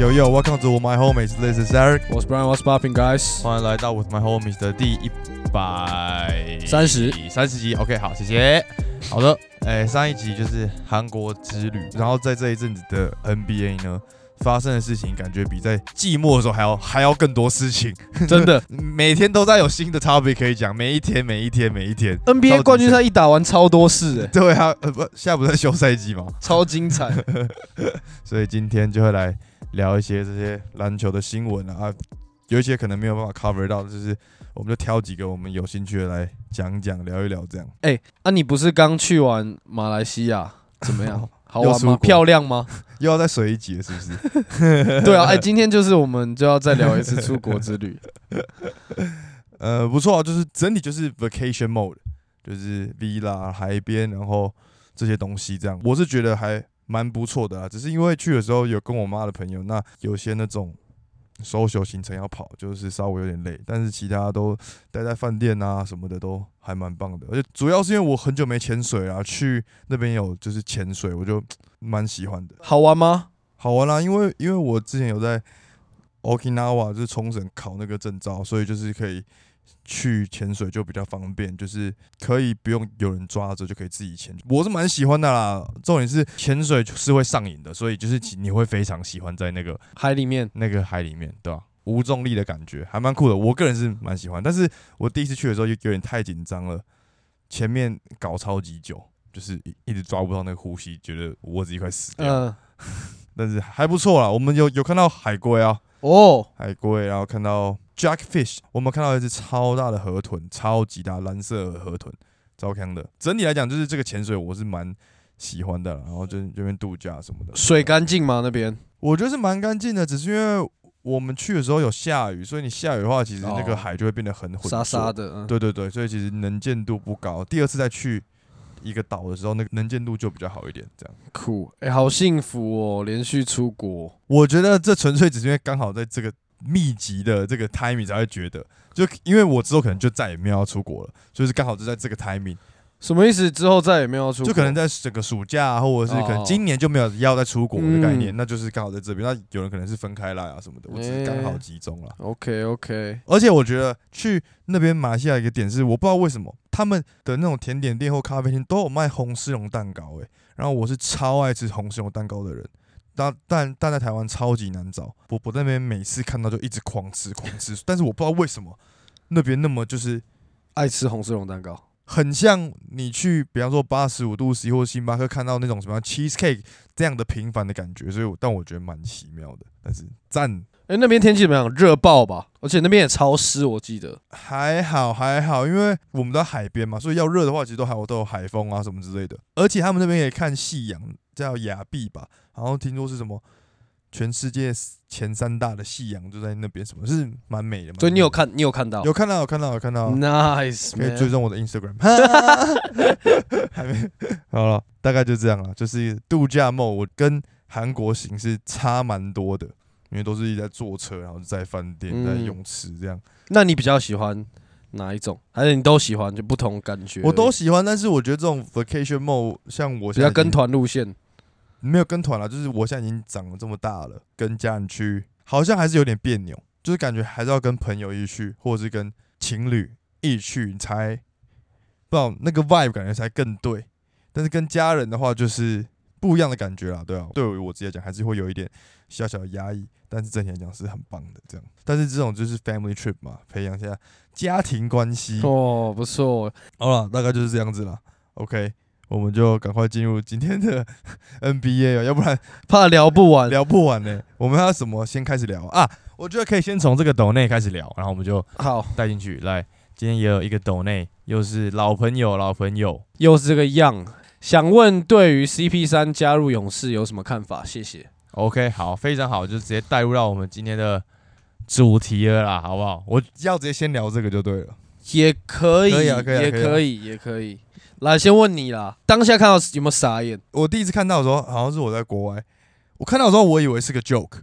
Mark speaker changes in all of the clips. Speaker 1: yo, welcome to my homies. This is Eric.
Speaker 2: What's Brian? What's popping, guys？
Speaker 1: 欢迎来到 With My Homies 的第一百
Speaker 2: 30
Speaker 1: 三十集。OK，好，谢谢。好的，哎，上一集就是韩国之旅，然后在这一阵子的 NBA 呢，发生的事情感觉比在寂寞的时候还要还要更多事情，
Speaker 2: 真的
Speaker 1: 每天都在有新的 topic 可以讲，每一天，每一天，每一天。
Speaker 2: ，NBA 冠军赛一打完超多事哎、
Speaker 1: 对啊，呃不，现在不是在休赛季吗？
Speaker 2: 超精彩。
Speaker 1: 所以今天就会来聊一些这些篮球的新闻啊，啊有一些可能没有办法 cover 到，就是我们就挑几个我们有兴趣的来讲讲、聊一聊这样。
Speaker 2: 哎、啊，你不是刚去完马来西亚，怎 么样？好
Speaker 1: 又
Speaker 2: 玩
Speaker 1: 出
Speaker 2: 吗？
Speaker 1: 国
Speaker 2: 漂亮 吗？
Speaker 1: 又要再水一集了，是不是？
Speaker 2: 对啊，哎、今天就是我们就要再聊一次出国之旅。
Speaker 1: 呃，不错啊，就是整体就是 vacation mode，就是 villa 海边，然后这些东西这样，我是觉得还蛮不错的啊。只是因为去的时候有跟我妈的朋友，那有些那种 social 行程要跑，就是稍微有点累，但是其他都待在饭店啊什么的都还蛮棒的。而且主要是因为我很久没潜水啊，去那边有就是潜水，我就蛮喜欢的。
Speaker 2: 好玩吗？
Speaker 1: 好玩啦、因为因为我之前有在 Okinawa 就是冲绳考那个证照，所以就是可以去潜水就比较方便，就是可以不用有人抓着就可以自己潜。我是蛮喜欢的啦，重点是潜水是会上瘾的，所以就是其你会非常喜欢在那个
Speaker 2: 海里面
Speaker 1: 那个海里面，对吧、无重力的感觉还蛮酷的，我个人是蛮喜欢。但是我第一次去的时候有有点太紧张了，前面搞超级久，就是一一直抓不到那个呼吸，觉得我自己快死掉了。
Speaker 2: 嗯、
Speaker 1: 但是还不错啦。我们有有看到海龟啊，
Speaker 2: 哦，
Speaker 1: 海龟，然后看到 jackfish，我们看到一只超大的河豚，超级大蓝色的河豚，超强的。整体来讲，就是这个潜水我是蛮喜欢的啦，然后就这边度假什么的，
Speaker 2: 水干净吗？那边
Speaker 1: 我觉得是蛮干净的，只是因为我们去的时候有下雨，所以你下雨的话，其实那
Speaker 2: 哦
Speaker 1: 个海就会变得很浑
Speaker 2: 沙
Speaker 1: 浊
Speaker 2: 沙的，嗯，
Speaker 1: 对对对，所以其实能见度不高。第二次再去一个岛的时候，那个能见度就比较好一点，这样。
Speaker 2: 酷，哎、好幸福哦，连续出国，
Speaker 1: 我觉得这纯粹只是因为刚好在这个密集的这个 timing 才会觉得，就因为我之后可能就再也没有要出国了，就是刚好就在这个 timing，
Speaker 2: 什么意思？之后再也没有出国，
Speaker 1: 就可能在整个暑假、啊、或者是可能今年就没有要再出国的概念，
Speaker 2: 嗯
Speaker 1: 那就是刚好在这边。那有人可能是分开来啊什么的，我只是刚好
Speaker 2: 哎
Speaker 1: 集中了。
Speaker 2: OK OK，
Speaker 1: 而且我觉得去那边马来西亚一个点是，我不知道为什么他们的那种甜点店或咖啡厅都有卖红丝绒蛋糕、欸，然后我是超爱吃红丝绒蛋糕的人，但但但在台湾超级难找，我我在那边每次看到就一直狂吃狂吃，但是我不知道为什么那边那么就是
Speaker 2: 爱吃红丝绒蛋糕，
Speaker 1: 很像你去，比方说八十五度 C 或星巴克看到那种什么 cheesecake 这样的平凡的感觉，所以我但我觉得蛮奇妙的，但是赞
Speaker 2: 哎、那边天气怎么样？热爆吧，而且那边也超湿，我记得。
Speaker 1: 还好还好，因为我们在海边嘛，所以要热的话，其实都还有都有海风啊什么之类的。而且他们那边也看夕阳，叫亚庇吧，然后听说是什么全世界前三大的夕阳就在那边，什么是蛮美的嘛。
Speaker 2: 所以你有看，你有看到嗯
Speaker 1: 有看到有看到有看到，
Speaker 2: ？Nice，
Speaker 1: 可以
Speaker 2: man
Speaker 1: 追踪我的 Instagram。哈 还没好了，大概就这样了。啊就是度假梦，我跟韩国行是差蛮多的，因为都是一直在坐车，然后在饭店、在
Speaker 2: 嗯
Speaker 1: 泳池这样。
Speaker 2: 那你比较喜欢哪一种？还是你都喜欢，就不同感觉而已？
Speaker 1: 我都喜欢，但是我觉得这种 vacation mode，像我
Speaker 2: 比
Speaker 1: 现在
Speaker 2: 较
Speaker 1: 已经
Speaker 2: 跟团路线。
Speaker 1: 没有跟团了，就是我现在已经长了这么大了，跟家人去好像还是有点别扭，就是感觉还是要跟朋友一起去，或者是跟情侣一起去，你才不知道那个 vibe 感觉才更对。但是跟家人的话，就是不一样的感觉啦，对啊，对于我自己来讲，还是会有一点小小的压抑，但是整体来讲是很棒的这样。但是这种就是 family trip 嘛，培养一下家庭关系。
Speaker 2: 哦，不错。
Speaker 1: 好了，大概就是这样子啦。OK，我们就赶快进入今天的 NBA 哦，要不然
Speaker 2: 怕聊不完。
Speaker 1: 聊不完呢、我们要什么先开始聊啊？我觉得可以先从这个抖内开始聊，然后我们就
Speaker 2: 好，
Speaker 1: 带进去。来，今天也有一个抖内，又是老朋友，老朋友。
Speaker 2: 又是这个样。想问，对于 CP 三加入勇士有什么看法？谢谢。
Speaker 3: OK，好，非常好，就直接带入到我们今天的主题了啦，好不好？
Speaker 1: 我要直接先聊这个就对了。
Speaker 2: 也可以，
Speaker 1: 可以啊可以啊
Speaker 2: 也
Speaker 1: 可以啊
Speaker 2: 可以，也可以。来，先问你啦，当下看到有没有 傻眼？
Speaker 1: 我第一次看到的时候，好像是我在国外，我看到的时候我以为是个 joke，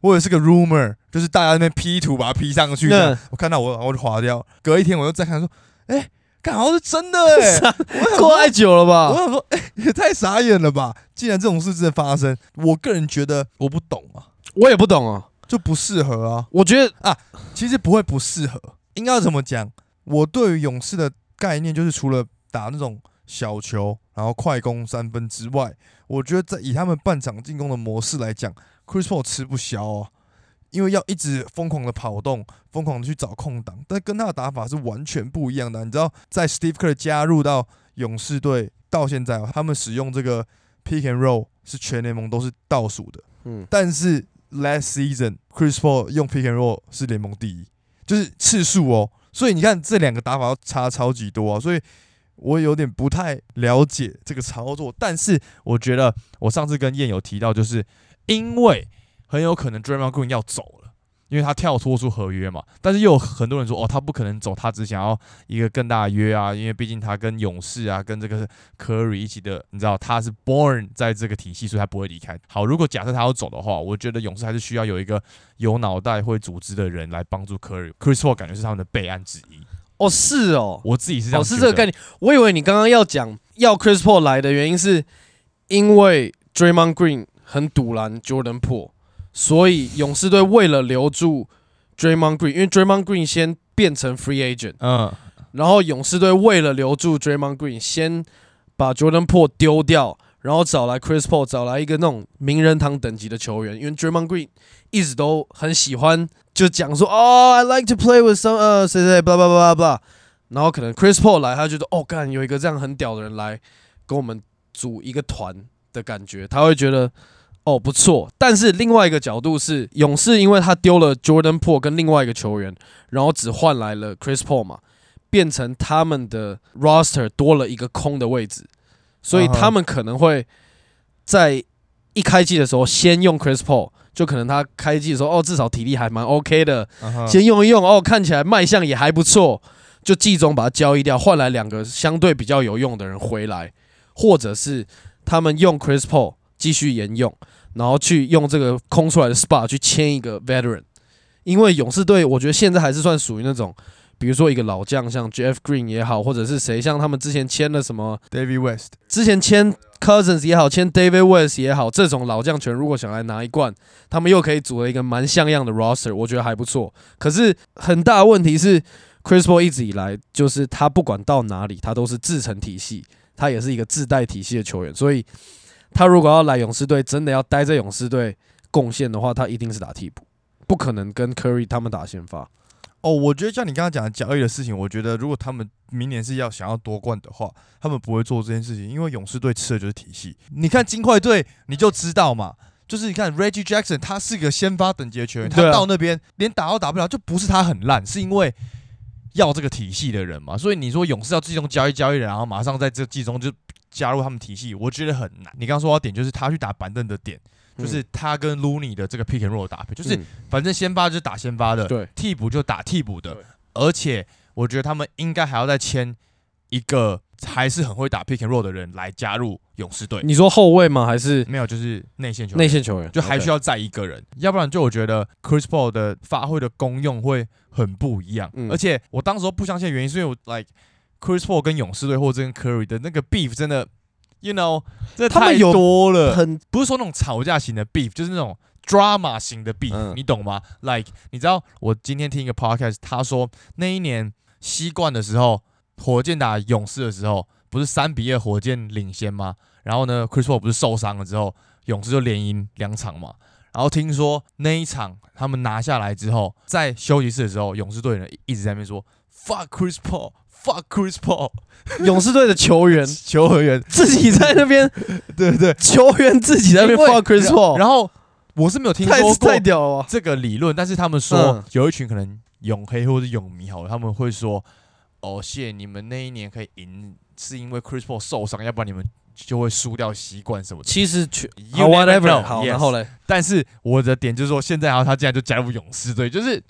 Speaker 1: 我以为是个 rumor，就是大家那边 P 图把它 P 上去这样
Speaker 2: 嗯
Speaker 1: 我看到我，然后我就划掉。隔一天我又再看说，哎、看好像是真的哎、
Speaker 2: 过太久了
Speaker 1: 我
Speaker 2: 吧？
Speaker 1: 想说，哎、也太傻眼了吧！既然这种事真的发生，我个人觉得我不懂啊，
Speaker 2: 我也不懂哦。
Speaker 4: 就不适合啊。
Speaker 2: 我觉得
Speaker 4: 其实不会不适合，应该要怎么讲？我对于勇士的概念就是，除了打那种小球，然后快攻三分之外，我觉得在以他们半场进攻的模式来讲，Chris Paul 吃不消啊，因为要一直疯狂的跑动，疯狂的去找空档，但跟他的打法是完全不一样的啊。你知道，在 Steve Kerr 加入到勇士队到现在啊，他们使用这个 pick and roll 是全联盟都是倒数的。
Speaker 2: 嗯，
Speaker 4: 但是 last season Chris Paul 用 pick and roll 是联盟第一，就是次数哦。所以你看这两个打法要差超级多啊，所以我有点不太了解这个操作。
Speaker 1: 但是我觉得我上次跟燕有提到，就是因为很有可能 Draymond Green 要走了，因为他跳脱出合约嘛。但是又有很多人说，哦，他不可能走，他只想要一个更大的约啊，因为毕竟他跟勇士啊，跟这个 Curry 一起的，你知道他是 born 在这个体系，所以他不会离开。好，如果假设他要走的话，我觉得勇士还是需要有一个有脑袋、会组织的人来帮助 Curry。Chris Paul 感觉是他们的备案之一，
Speaker 2: 哦是哦，
Speaker 1: 我自己是这样
Speaker 2: 哦
Speaker 1: 觉
Speaker 2: 是
Speaker 1: 得，
Speaker 2: 这个概念。我以为你刚刚要讲要 Chris Paul 来的原因是因为 Draymond Green 很堵拦 Jordan Poole，所以勇士队为了留住 Draymond Green，因为 Draymond Green 先变成 free agent，
Speaker 1: 嗯，
Speaker 2: 然后勇士队为了留住 Draymond Green，先把 Jordan Poole 丢掉，然后找来 Chris Paul，找来一个那种名人堂等级的球员，因为 Draymond Green 一直都很喜欢就讲说，哦、i like to play with some 呃谁谁，blah blah blah blah，blah 然后可能 Chris Paul 来，他觉得哦干有一个这样很屌的人来跟我们组一个团的感觉，他会觉得。哦，不错。但是另外一个角度是，勇士因为他丢了 Jordan Poole 跟另外一个球员，然后只换来了 Chris Paul 嘛，变成他们的 roster 多了一个空的位置，所以
Speaker 4: 啊哈
Speaker 2: 他们可能会在一开季的时候先用 Chris Paul，就可能他开季的时候哦，至少体力还蛮 OK 的，
Speaker 1: 嗯
Speaker 2: 先用一用哦，看起来卖相也还不错，就季中把它交易掉，换来两个相对比较有用的人回来，或者是他们用 Chris Paul 继续沿用，然后去用这个空出来的 SPA 去签一个 veteran，因为勇士队我觉得现在还是算属于那种。比如说一个老将，像 Jeff Green 也好，或者是谁，像他们之前签了什么，
Speaker 4: David West
Speaker 2: 之前签 Cousins 也好，签 David West 也好，这种老将权如果想来拿一冠，他们又可以组了一个蛮像样的 roster，我觉得还不错。可是很大的问题是，Chris Paul 一直以来就是他不管到哪里，他都是自成体系，他也是一个自带体系的球员，所以他如果要来勇士队，真的要待在勇士队贡献的话，他一定是打替补，不可能跟 Curry 他们打先发。
Speaker 4: 哦，我觉得像你刚刚讲的交易的事情，我觉得如果他们明年是要想要夺冠的话，他们不会做这件事情，因为勇士队吃的就是体系。你看金块队，你就知道嘛，就是你看 Reggie Jackson，他是个先发等级的球员，
Speaker 2: 对
Speaker 4: 他
Speaker 2: 啊
Speaker 4: 到那边连打都打不了，就
Speaker 1: 就不是他很烂，是因为要这个体系的人嘛。所以你说勇士要季中交易交易人，然后马上在这季中就加入他们体系，我觉得很难。你刚刚说到点就是他去打板凳的点，就是他跟 Looney 的这个 pick and roll 的搭配，就是
Speaker 2: 嗯
Speaker 1: 反正先发就是打先发的，
Speaker 2: 对，
Speaker 1: 替补就打替补的
Speaker 2: 对，
Speaker 1: 而且我觉得他们应该还要再签一个还是很会打 pick and roll 的人来加入勇士队。
Speaker 2: 你说后卫吗？还是
Speaker 1: 没有，就是内线球员
Speaker 2: 内线球员？
Speaker 1: 就还需
Speaker 2: 要
Speaker 1: 要再一个人要不然就我觉得 Chris Paul 的发挥的功用会很不一样。
Speaker 2: 嗯
Speaker 1: 而且我当时候不相信的原因，是因为我 like Chris Paul 跟勇士队或者跟 Curry 的那个 beef 真的，you know，这
Speaker 2: 他们
Speaker 1: 太
Speaker 2: 有
Speaker 1: 多了，
Speaker 2: 很
Speaker 1: 不是说那种吵架型的 beef，就是那种 drama 型的 beef，、
Speaker 2: 嗯
Speaker 1: 你懂吗？Like 你知道我今天听一个 podcast，他说那一年西冠的时候，火箭打勇士的时候，不是三比二火箭领先吗？然后呢，Chris Paul 不是受伤了之后，勇士就连赢两场嘛。然后听说那一场他们拿下来之后，在休息室的时候，勇士队人一直在那边说 “fuck Chris Paul”，“fuck Chris Paul”，
Speaker 2: 勇士队的球员
Speaker 4: 球和员，
Speaker 2: 自己在那边，
Speaker 4: 对对对，
Speaker 2: 球员自己在那边
Speaker 1: 因为
Speaker 2: fuck Chris Paul，
Speaker 1: 然后我是没有听说
Speaker 2: 太
Speaker 1: 过
Speaker 2: 太屌了吧？
Speaker 1: 这个理论，但是他们说、
Speaker 2: 嗯
Speaker 1: 有一群可能永黑或者永迷好了，他们会说：“哦，谢你们那一年可以赢，是因为 Chris Paul 受伤，要不然你们就会输掉习惯什么的。
Speaker 2: 其实全
Speaker 1: You never know,
Speaker 2: 好，
Speaker 1: yes
Speaker 2: 然后嘞，”
Speaker 1: 但是我的点就是说，现在然后他竟然就加入勇士队，就是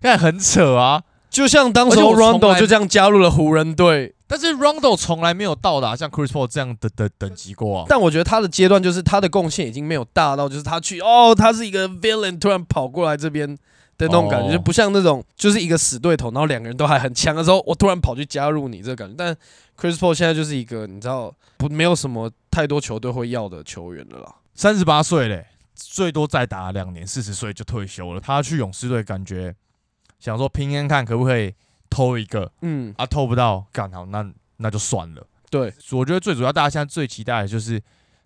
Speaker 1: 看很扯啊。
Speaker 2: 就像当时
Speaker 1: 而且我从
Speaker 2: Rondo
Speaker 1: 来
Speaker 2: 就这样加入了湖人队，
Speaker 1: 但是 Rondo 从来没有到达像 Chris Paul 这样的的等级过啊。
Speaker 2: 但我觉得他的阶段就是他的贡献已经没有大到，就是他去哦，他是一个 villain 突然跑过来这边的那种感
Speaker 1: 哦
Speaker 2: 觉，就不像那种就是一个死对头，然后两个人都还很强的时候，我突然跑去加入你这个感觉。但 Chris Paul 现在就是一个你知道不没有什么太多球队会要的球员了啦。
Speaker 1: 三十八岁嘞，
Speaker 3: 最多再打两年，四十岁就退休了。他去勇士队，感觉想说拼拼看可不可以偷一个
Speaker 2: 嗯，
Speaker 3: 啊，偷不到，干好那那就算了。
Speaker 2: 对，
Speaker 3: 我觉得最主要大家现在最期待的就是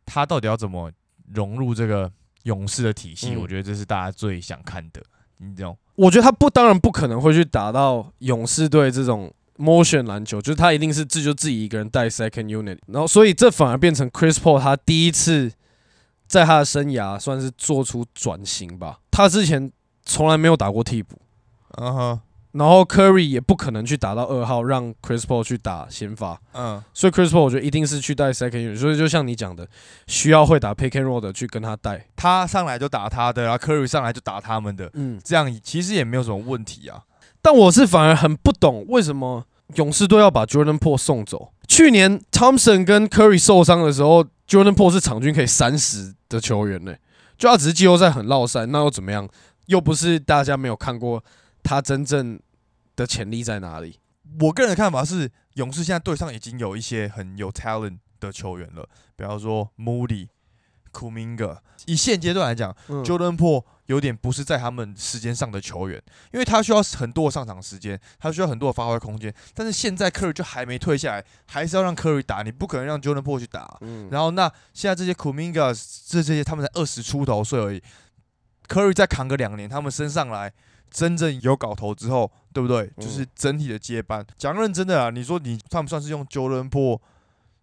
Speaker 3: 他到底要怎么融入这个勇士的体系，
Speaker 2: 嗯
Speaker 3: 我觉得这是大家最想看的。你懂？
Speaker 2: 我觉得他不当然不可能会去打到勇士队这种 motion 篮球，就是他一定是自就自己一个人带 second unit，然后所以这反而变成 Chris Paul 他第一次在他的生涯算是做出转型吧。他之前从来没有打过替补，
Speaker 1: 嗯哼，
Speaker 2: 然后 Curry 也不可能去打到二号，让 Chris Paul 去打先发，
Speaker 1: 嗯，
Speaker 2: 所以 Chris Paul 我觉得一定是去带 second unit，所以就像你讲的，需要会打 pick and roll 的去跟他带，
Speaker 3: 他上来就打他的，然后 Curry 上来就打他们的，
Speaker 2: 嗯。
Speaker 3: 这样其实也没有什么问题啊。
Speaker 2: 但我是反而很不懂为什么勇士队要把 Jordan Po 送走。去年 Thompson 跟 Curry 受伤的时候，Jordan Po 是场均可以三十的球员呢、就他只是季后赛很落赛，那又怎么样？又不是大家没有看过他真正的潜力在哪里。
Speaker 1: 我个人的看法是，勇士现在队上已经有一些很有 talent 的球员了，比方说 Moody、Kuminga。以现阶段来讲、
Speaker 2: 嗯
Speaker 1: j o r d a n Po 有点不是在他们时间上的球员，因为他需要很多的上场时间，他需要很多的发挥空间。但是现在 Curry 就还没退下来，还是要让 Curry 打，你不可能让 Jordan Po 去打啊、
Speaker 2: 嗯，
Speaker 1: 然后那现在这些 Kuminga 这这些他们才二十出头岁而已，Curry 再扛个两年，他们升上来真正有搞头之后，对不对？
Speaker 2: 嗯
Speaker 1: 就是整体的接班。讲认真的啊，你说你算不算是用 Jordan p o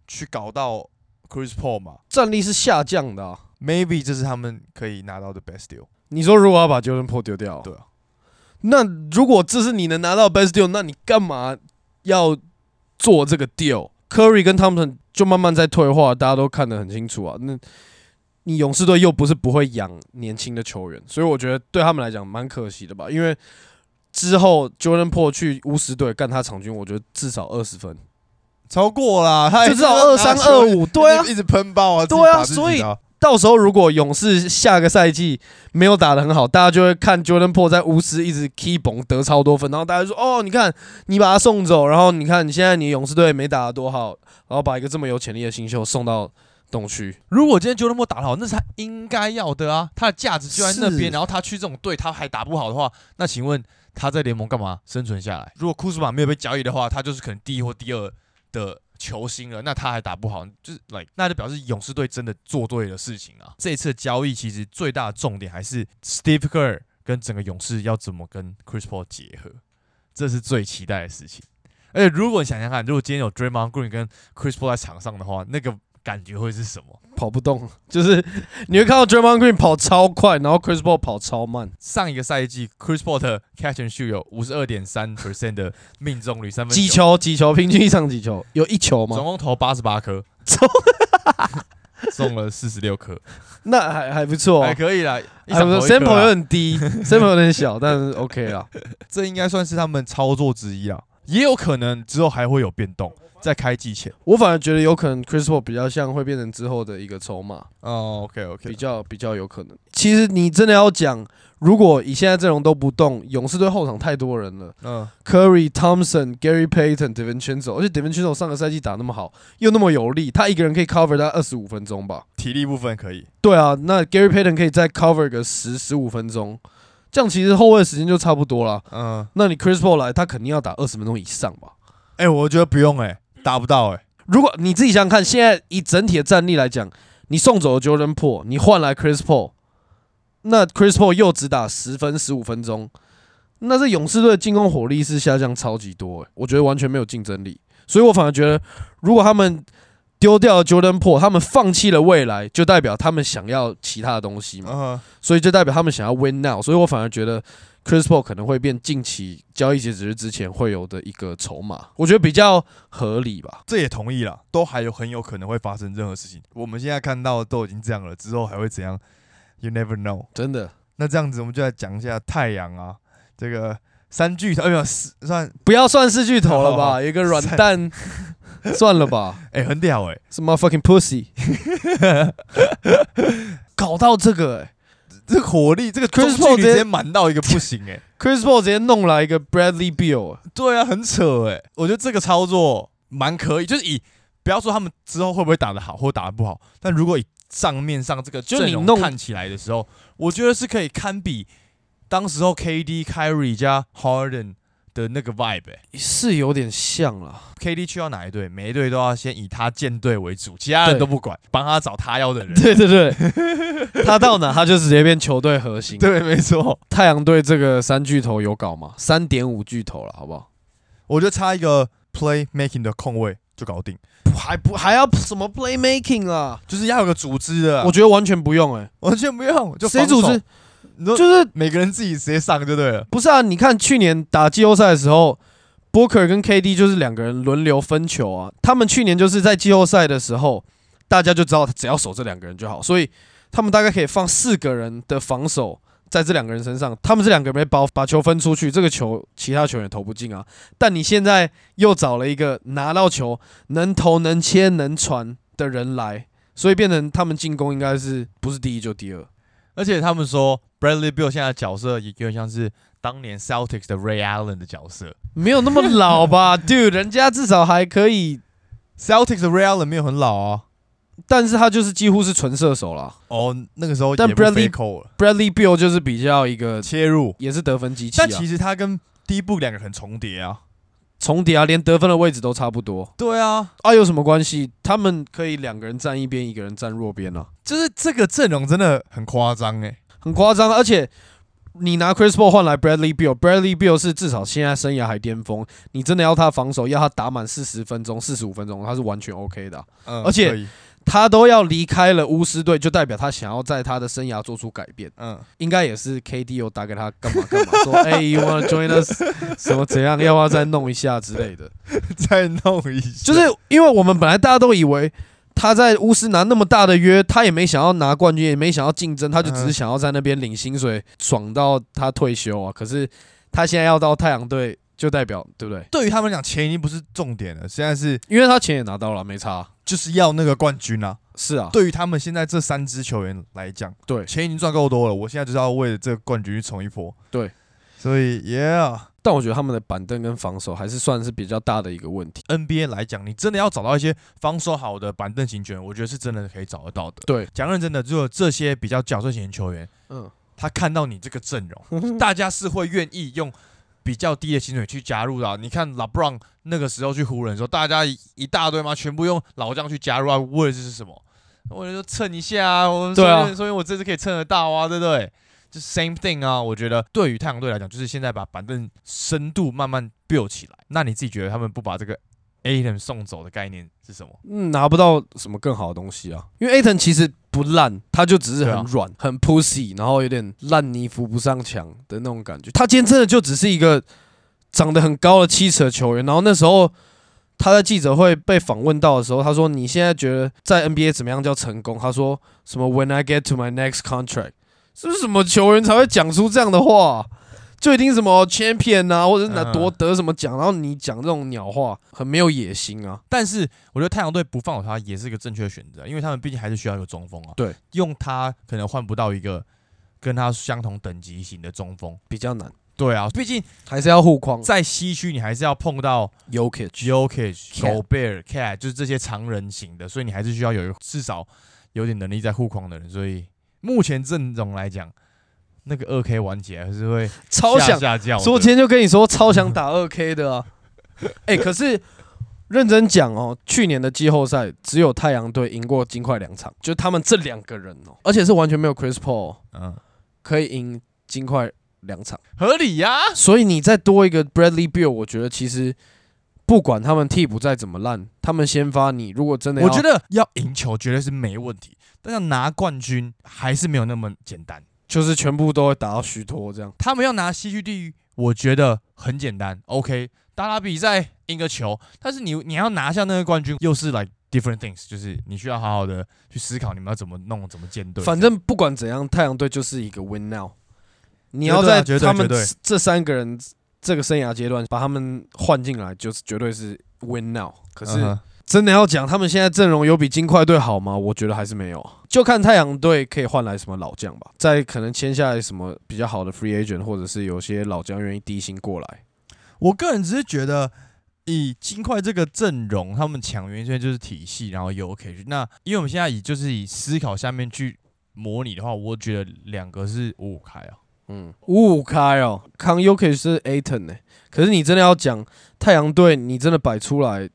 Speaker 1: 去搞到 Chris Paul 嘛
Speaker 2: 战力是下降的、啊。
Speaker 1: ？Maybe 这是他们可以拿到的 best deal。
Speaker 2: 你说如果要把 Jordan Po 丢掉，
Speaker 1: 对啊，
Speaker 2: 那如果这是你能拿到 best deal，那你干嘛要做这个 deal？Curry 跟 Thompson 就慢慢在退化，大家都看得很清楚啊。那你勇士队又不是不会养年轻的球员，所以我觉得对他们来讲蛮可惜的吧。因为之后 Jordan Po 去巫师队干他场均，我觉得至少二十分，
Speaker 1: 超过啦，他
Speaker 2: 就至少二三二
Speaker 1: 五，
Speaker 2: 五，对啊
Speaker 1: 一，直一直喷爆啊，
Speaker 2: 对
Speaker 1: 自己
Speaker 2: 啊
Speaker 1: 打自己
Speaker 2: 所以
Speaker 1: 的啊
Speaker 2: 到时候如果勇士下个赛季没有打得很好，大家就会看 Jordan Po 在巫师一直 keep on 得超多分，然后大家就说哦，你看你把他送走，然后你看你现在你勇士队没打得多好，然后把一个这么有潜力的新秀送到东区，
Speaker 3: 如果今天 Jordan p o 打得好，那是他应该要的啊，他的价值就在那
Speaker 2: 是
Speaker 3: 边。然后他去这种队，他还打不好的话，那请问他在联盟干嘛生存下来？如果库兹马没有被交易的话，他就是可能第一或第二的球星了。那他还打不好，就是 like 那就表示勇士队真的做对了事情啊。这一次的交易其实最大的重点还是 Steve Kerr 跟整个勇士要怎么跟 Chris Paul 结合，这是最期待的事情。而且如果你想想看，如果今天有 Draymond Green 跟 Chris Paul 在场上的话，那个感觉会是什么？
Speaker 2: 跑不动，就是 你会看到 Draymond Green 跑超快，然后 Chris Paul 跑超慢，
Speaker 3: 上一个赛季，Chris Paul 的 catch and shoot 有五十二点三 percent 的命中率，三分
Speaker 2: 几，球几球，平均一场几球，有一球
Speaker 3: 总
Speaker 2: 吗？
Speaker 3: 共投八十八颗，中了四十六颗，
Speaker 2: 那还还不错、
Speaker 3: 还
Speaker 2: 啊。
Speaker 3: 可以啦。一
Speaker 2: 还
Speaker 3: 场
Speaker 2: 不
Speaker 3: 投
Speaker 2: 错
Speaker 3: 一啊颗
Speaker 2: ，sample 有
Speaker 3: 啦
Speaker 2: 很低，sample 有点小，但是 OK 啦。
Speaker 1: 这应该算是他们操作之一啊，也有可能之后还会有变动，在开季前。
Speaker 2: 我反而觉得有可能 Chris Paul 比较像会变成之后的一个筹码，
Speaker 1: 哦，OK OK，
Speaker 2: 比较比较有可能。其实你真的要讲，如果以现在阵容都不动，勇士队后场太多人了
Speaker 1: 嗯，
Speaker 2: ，Curry、Thompson、Gary Payton、Devincenzo，而且 Devincenzo 上个赛季打那么好，又那么有力，他一个人可以 cover 大概二十五分钟吧。
Speaker 1: 体力部分可以。
Speaker 2: 对啊，那 Gary Payton 可以再 cover 个十十五分钟，这样其实后卫的时间就差不多啦。
Speaker 1: 嗯，
Speaker 2: 那你 Chris Paul 来，他肯定要打二十分钟以上吧？
Speaker 1: 哎、我觉得不用哎、达不到哎、
Speaker 2: 如果你自己想想看，现在以整体的战力来讲，你送走了 Jordan p o o 你换来 Chris Paul，那 Chris Paul 又只打十分十五分钟，那这勇士队的进攻火力是下降超级多、欸，我觉得完全没有竞争力。所以我反而觉得，如果他们丢掉了 Jordan p o o 他们放弃了未来，就代表他们想要其他的东西嘛，
Speaker 1: 嗯，
Speaker 2: 所以就代表他们想要 win now。所以我反而觉得 Chris Paul 可能会变近期交易截止日之前会有的一个筹码，我觉得比较合理吧。
Speaker 1: 这也同意啦，都还有很有可能会发生任何事情。我们现在看到的都已经这样了，之后还会怎样？You never know。
Speaker 2: 真的，
Speaker 1: 那这样子，我们就来讲一下太阳啊，这个三巨头，哎没有四算，
Speaker 2: 不要算是巨头了
Speaker 1: 哦
Speaker 2: 吧？有一个软蛋，算了吧，
Speaker 1: 哎、很屌哎、
Speaker 2: 什么 fucking pussy，搞到这个、欸、
Speaker 1: 这个火力，这个中
Speaker 2: Chris
Speaker 1: 距离
Speaker 2: Paul 直接
Speaker 1: 直接满到一个不行哎、
Speaker 2: ，Chris Paul 直接弄来一个 Bradley Beal，欸
Speaker 1: 对啊，很扯哎、我觉得这个操作蛮可以，就是以不要说他们之后会不会打得好或打得不好，但如果以账面上这个
Speaker 2: 就
Speaker 1: 阵
Speaker 2: 你
Speaker 1: 容
Speaker 2: 弄
Speaker 1: 看起来的时候，我觉得是可以堪比当时候 KD、Kyrie 加 Harden 的那个 vibe、欸。
Speaker 2: 是有点像啊啦。
Speaker 1: KD 去到哪一队，每一队都要先以他建队为主，其他人
Speaker 2: 对
Speaker 1: 都不管，帮他找他要的人。
Speaker 2: 对对对，他到哪他就直接变球队核心。
Speaker 1: 对，没错。
Speaker 2: 太阳队这个三巨头有搞吗？三点五巨头了，好不好？
Speaker 1: 我觉得差一个 play making 的空位就搞定，
Speaker 2: 还不还要什么 play making 啊？
Speaker 1: 就是要有个组织的啊。
Speaker 2: 我觉得完全不用哎、
Speaker 1: 完全不用，就
Speaker 2: 谁
Speaker 1: 防守
Speaker 2: 组织？？
Speaker 1: 你说
Speaker 2: 就是
Speaker 1: 每个人自己直接上就对了。
Speaker 2: 不是啊？你看去年打季后赛的时候，Booker 跟 KD 就是两个人轮流分球啊。他们去年就是在季后赛的时候，大家就知道只要守这两个人就好，所以他们大概可以放四个人的防守在这两个人身上。他们这两个人被包把球分出去，这个球其他球员投不进啊。但你现在又找了一个拿到球能投能切能传的人来，所以变成他们进攻应该是不是第一就第二。
Speaker 1: 而且他们说 Bradley Bill 现在的角色也有点像是当年 Celtics 的 Ray Allen 的角色。
Speaker 2: 没有那么老吧 ，dude，人家至少还可以，
Speaker 1: Celtics 的 Ray Allen 没有很老啊，
Speaker 2: 但是他就是几乎是纯射手啦。
Speaker 1: 哦，那个时候
Speaker 2: 但
Speaker 1: 也不
Speaker 2: Bradley-
Speaker 1: 飞扣了
Speaker 2: Bradley Bill 就是比较一个
Speaker 1: 切入，
Speaker 2: 也是得分机器啊
Speaker 1: 但，其实他跟第一步两个很重叠啊。
Speaker 2: 重叠啊，连得分的位置都差不多
Speaker 1: 对啊，
Speaker 2: 啊，有什么关系？他们可以两个人站一边，一个人站弱边啊，
Speaker 1: 就是这个阵容真的很夸张哎。
Speaker 2: 很夸张。而且你拿 Chris Paul 换来 Bradley Bill，Bradley Bill 是至少现在生涯还巅峰，你真的要他防守，要他打满四十分钟、四十五分钟，他是完全 OK 的啊、
Speaker 1: 嗯
Speaker 2: 而且
Speaker 1: 可以
Speaker 2: 他都要离开了巫师队，就代表他想要在他的生涯做出改变。
Speaker 1: 嗯，
Speaker 2: 应该也是 KD 有打给他干嘛干嘛，说 哎、y o u wanna join us 什么怎 样，要不要再弄一下之类的。
Speaker 1: 再弄一下，
Speaker 2: 就是因为我们本来大家都以为他在巫师拿那么大的约，他也没想要拿冠军，也没想要竞争，他就只是
Speaker 1: 嗯
Speaker 2: 想要在那边领薪水，爽到他退休啊。可是他现在要到太阳队，就代表对不对？
Speaker 1: 对于他们来讲，钱已经不是重点了，现在是
Speaker 2: 因为他钱也拿到了，没差。啊
Speaker 1: 就是要那个冠军啊。
Speaker 2: 是啊，
Speaker 1: 对于他们现在这三支球员来讲，
Speaker 2: 对
Speaker 1: 钱已经赚够多了，我现在就是要为了这个冠军去冲一波。
Speaker 2: 对，
Speaker 1: 所以 Yeah，NBA
Speaker 2: 但我觉得他们的板凳跟防守还是算是比较大的一个问题。
Speaker 1: 来讲，你真的要找到一些防守好的板凳型球员，我觉得是真的可以找得到的。
Speaker 2: 对，
Speaker 1: 讲认真的，只有这些比较角色型的球员，
Speaker 2: 嗯，
Speaker 1: 他看到你这个阵 容，大家是会愿意用。比较低的薪水去加入的啊、你看 LeBron 那个时候去湖人的时候，大家一一大堆嘛，全部用老将去加入啊，为的是什么？为了说蹭一下啊，我们
Speaker 2: 对啊
Speaker 1: 说明说明我这次可以蹭得到啊，对不对？就 same thing 啊，我觉得对于太阳队来讲，就是现在把板凳深度慢慢 build 起来。那你自己觉得他们不把这个 a d e m 送走的概念是什么？
Speaker 2: 嗯，拿不到什么更好的东西啊。因为 Aton 其实不烂，他就只是
Speaker 1: 对
Speaker 2: 很
Speaker 1: 啊
Speaker 2: 软、很 pussy，然后有点烂泥扶不上墙的那种感觉。他今天真的就只是一个长得很高的七尺的球员。然后那时候他在记者会被访问到的时候，他说：“你现在觉得在 NBA 怎么样叫成功？”他说：“什么 When I get to my next contract，是不是什么球员才会讲出这样的话啊、就一定什么 champion 啊，或者是拿
Speaker 1: 嗯
Speaker 2: 夺得什么奖，然后你讲这种鸟话，很没有野心啊。
Speaker 1: 但是我觉得太阳队不放手他也是一个正确的选择，因为他们毕竟还是需要一个中锋啊。
Speaker 2: 对，
Speaker 1: 用他可能换不到一个跟他相同等级型的中锋。
Speaker 2: 比较难，
Speaker 1: 对啊，毕竟
Speaker 2: 还是要护框。
Speaker 1: 在西区你还是要碰到
Speaker 2: y o k i c
Speaker 1: j o k i c Gobert、Cat，就是这些常人型的，所以你还是需要有一个至少有点能力在护框的人。所以目前阵容来讲，那个二 K 玩起来还是会
Speaker 2: 超
Speaker 1: 下
Speaker 2: 想，
Speaker 1: 下降。
Speaker 2: 所以我今天就跟你说超想打二 K 的啊。 哎、可是认真讲哦，去年的季后赛只有太阳队赢过金块两场，就他们这两个人哦，而且是完全没有 Chris Paul 哦
Speaker 1: 嗯，
Speaker 2: 可以赢金块两场，
Speaker 1: 合理呀、
Speaker 2: 所以你再多一个 Bradley Beal，我觉得其实不管他们替补再怎么烂，他们先发你如果真的要
Speaker 1: 我觉得要赢球绝对是没问题，但要拿冠军还是没有那么简单。
Speaker 2: 就是全部都会打到虚脱这样。
Speaker 1: 他们要拿西区地狱，我觉得很简单。OK，打打比赛赢个球，但是你你要拿下那个冠军，又是 like different things，就是你需要好好的去思考你们要怎么弄，怎么建队。
Speaker 2: 反正不管怎样，太阳队就是一个 win now。你
Speaker 1: 绝
Speaker 2: 要
Speaker 1: 对啊
Speaker 2: 在
Speaker 1: 绝对
Speaker 2: 他们
Speaker 1: 绝对
Speaker 2: 这三个人这个生涯阶段把他们换进来，就是绝对是 win now。可
Speaker 1: 嗯
Speaker 2: 是
Speaker 1: 哼
Speaker 2: 真的要讲他们现在阵容有比金块队好吗？我觉得还是没有，就看太阳队可以换来什么老将吧，再可能签下来什么比较好的 free agent，或者是有些老将愿意低薪过来。
Speaker 1: 我个人只是觉得以金块这个阵容，他们强原因为就是体系，然后有 OKG。那因为我们现在以就是以思考下面去模拟的话，我觉得两个是五五开啊。
Speaker 2: 嗯，五五开哦，康 u k 是 Aton 呢、可是你真的要讲太阳队，你真的摆出来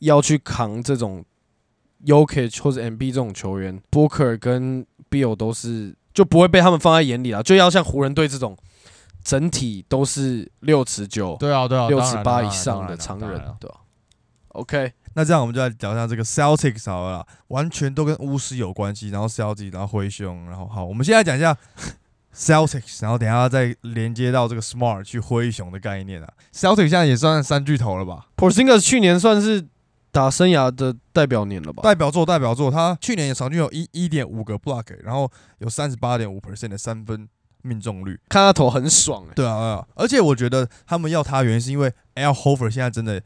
Speaker 2: 要去扛这种 u k 或者 MB 这种球员，Booker 跟 Bill 都是就不会被他们放在眼里啦，就要像湖人队这种整体都是六尺九、
Speaker 1: 对啊，对啊，
Speaker 2: 六
Speaker 1: 当
Speaker 2: 尺
Speaker 1: 然
Speaker 2: 八
Speaker 1: 当
Speaker 2: 以
Speaker 1: 然
Speaker 2: 上
Speaker 1: 当
Speaker 2: 的
Speaker 1: 然
Speaker 2: 常
Speaker 1: 当
Speaker 2: 人
Speaker 1: 然啊，
Speaker 2: 对吧、OK，
Speaker 5: 那这样我们就来聊一下这个 Celtics 好了啦，完全都跟巫师有关系，然后 Celtics，然后灰熊，然后好，我们现在讲一下 Celtics，然后等一下再连接到这个 Smart 去灰熊的概念啊。Celtics 现在也算三巨头了吧？
Speaker 2: Porzingis 去年算是打生涯的代表年了吧？
Speaker 5: 代表作，代表作，他去年也场均有一一点五个 block，然后有三十八点五 percent 的三分命中率。
Speaker 2: 看他投很爽哎、
Speaker 5: 对啊，对啊，而且我觉得他们要他的原因是因为 Al Hofer 现在真的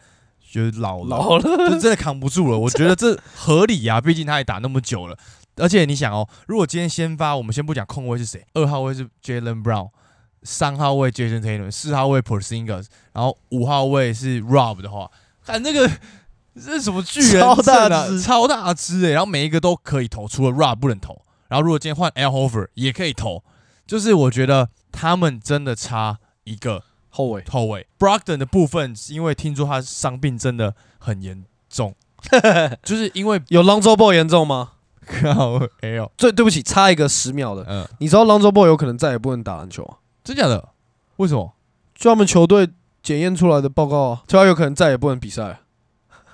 Speaker 5: 就是老了，
Speaker 2: 老了，
Speaker 5: 就真的扛不住了。我觉得这
Speaker 1: 合理啊，毕竟他也打那么久了。而且你想哦，如果今天先发，我们先不讲控卫是谁，二号位是 Jalen Brown，三号位 Jason Tatum，四号位 Porzingis，然后五号位是 Rob 的话，看那个这是什么巨人、
Speaker 2: 超大
Speaker 1: 的，
Speaker 2: 只
Speaker 1: 超大只欸诶、然后每一个都可以投，除了 Rob 不能投。然后如果今天换 Al Hofer 也可以投，就是我觉得他们真的差一个
Speaker 2: 后卫
Speaker 1: 后卫。Brogdon 的部分，因为听说他伤病真的很严 重，就是因为
Speaker 2: 有 Lonzo Ball 严重吗？
Speaker 1: 靠 L，
Speaker 2: 最对不起，差一个十秒的。
Speaker 1: 嗯，
Speaker 2: 你知道 Lonzo Ball 有可能再也不能打篮球啊？
Speaker 1: 真假的？为什么？
Speaker 2: 就他们球队检验出来的报告啊，就他有可能再也不能比赛啊。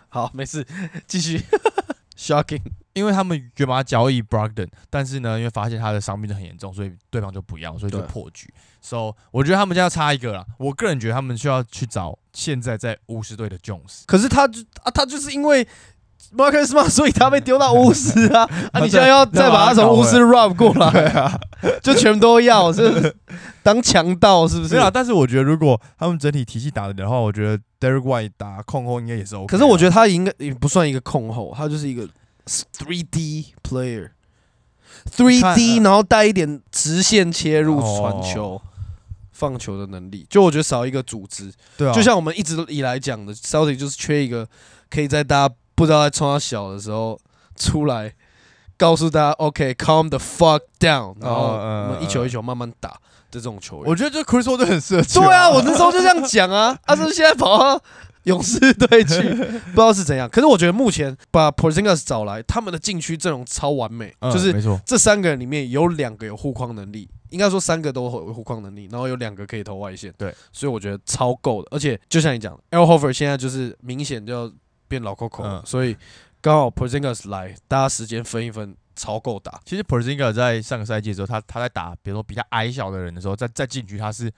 Speaker 2: 好，没事，继续。Shocking，
Speaker 1: 因为他们原本要交易 Brogdon，但是呢，因为发现他的伤病很严重，所以对方就不要，所以就
Speaker 2: 对
Speaker 1: 破局。So，我觉得他们就要差一个啦。我个人觉得他们需要去找现在在巫师队的 Jones。
Speaker 2: 可是他就啊，他就是因为 Marcus Smart，所以他被 丢到巫师啊啊！你现在要再把他从巫师 rub 过来啊，就全都要，是当强盗是不是
Speaker 5: 没有？啦，但是我觉得如果他们整体体系打得了的话，我觉得 Derek White 打控后应该也是 OK 啊。
Speaker 2: 可是我觉得他应该也不算一个控后，他就是一个 three D player。three
Speaker 5: 看
Speaker 2: D，
Speaker 5: 呃
Speaker 2: 然后带一点直线切入
Speaker 5: 哦
Speaker 2: 传球、放球的能力，就我觉得少一个组织，
Speaker 5: 对啊，
Speaker 2: 就像我们一直以来讲的 c e l t i c 就是缺一个可以在大家不知道在冲他小的时候出来告诉大家 OK，calm、the fuck down，然后
Speaker 5: 呃
Speaker 2: 我们一球一球慢慢打的这种球员。
Speaker 5: 我觉得这 Chris Paul 就很适合球。
Speaker 2: 对啊，我那时候就这样 讲啊，他是不是现在跑到勇士队去， 不知道是怎样。可是我觉得目前把 Porzingis 找来，他们的禁区阵容超完美，
Speaker 1: 嗯
Speaker 2: 就是
Speaker 1: 没错，
Speaker 2: 这三个人里面有两个有护框能力，应该说三个都有护框能力，然后有两个可以投外线。
Speaker 1: 对，
Speaker 2: 所以我觉得超够的。而且就像你讲的，L Hofer 现在就是明显就要变老 Coco，、
Speaker 1: 嗯
Speaker 2: 所以刚好 Porzingis 来，大家时间分一分，超够打。
Speaker 1: 其实 Porzingis 在上个赛季的时候，他他在打比如说比他矮小的人的时候，在在禁区他是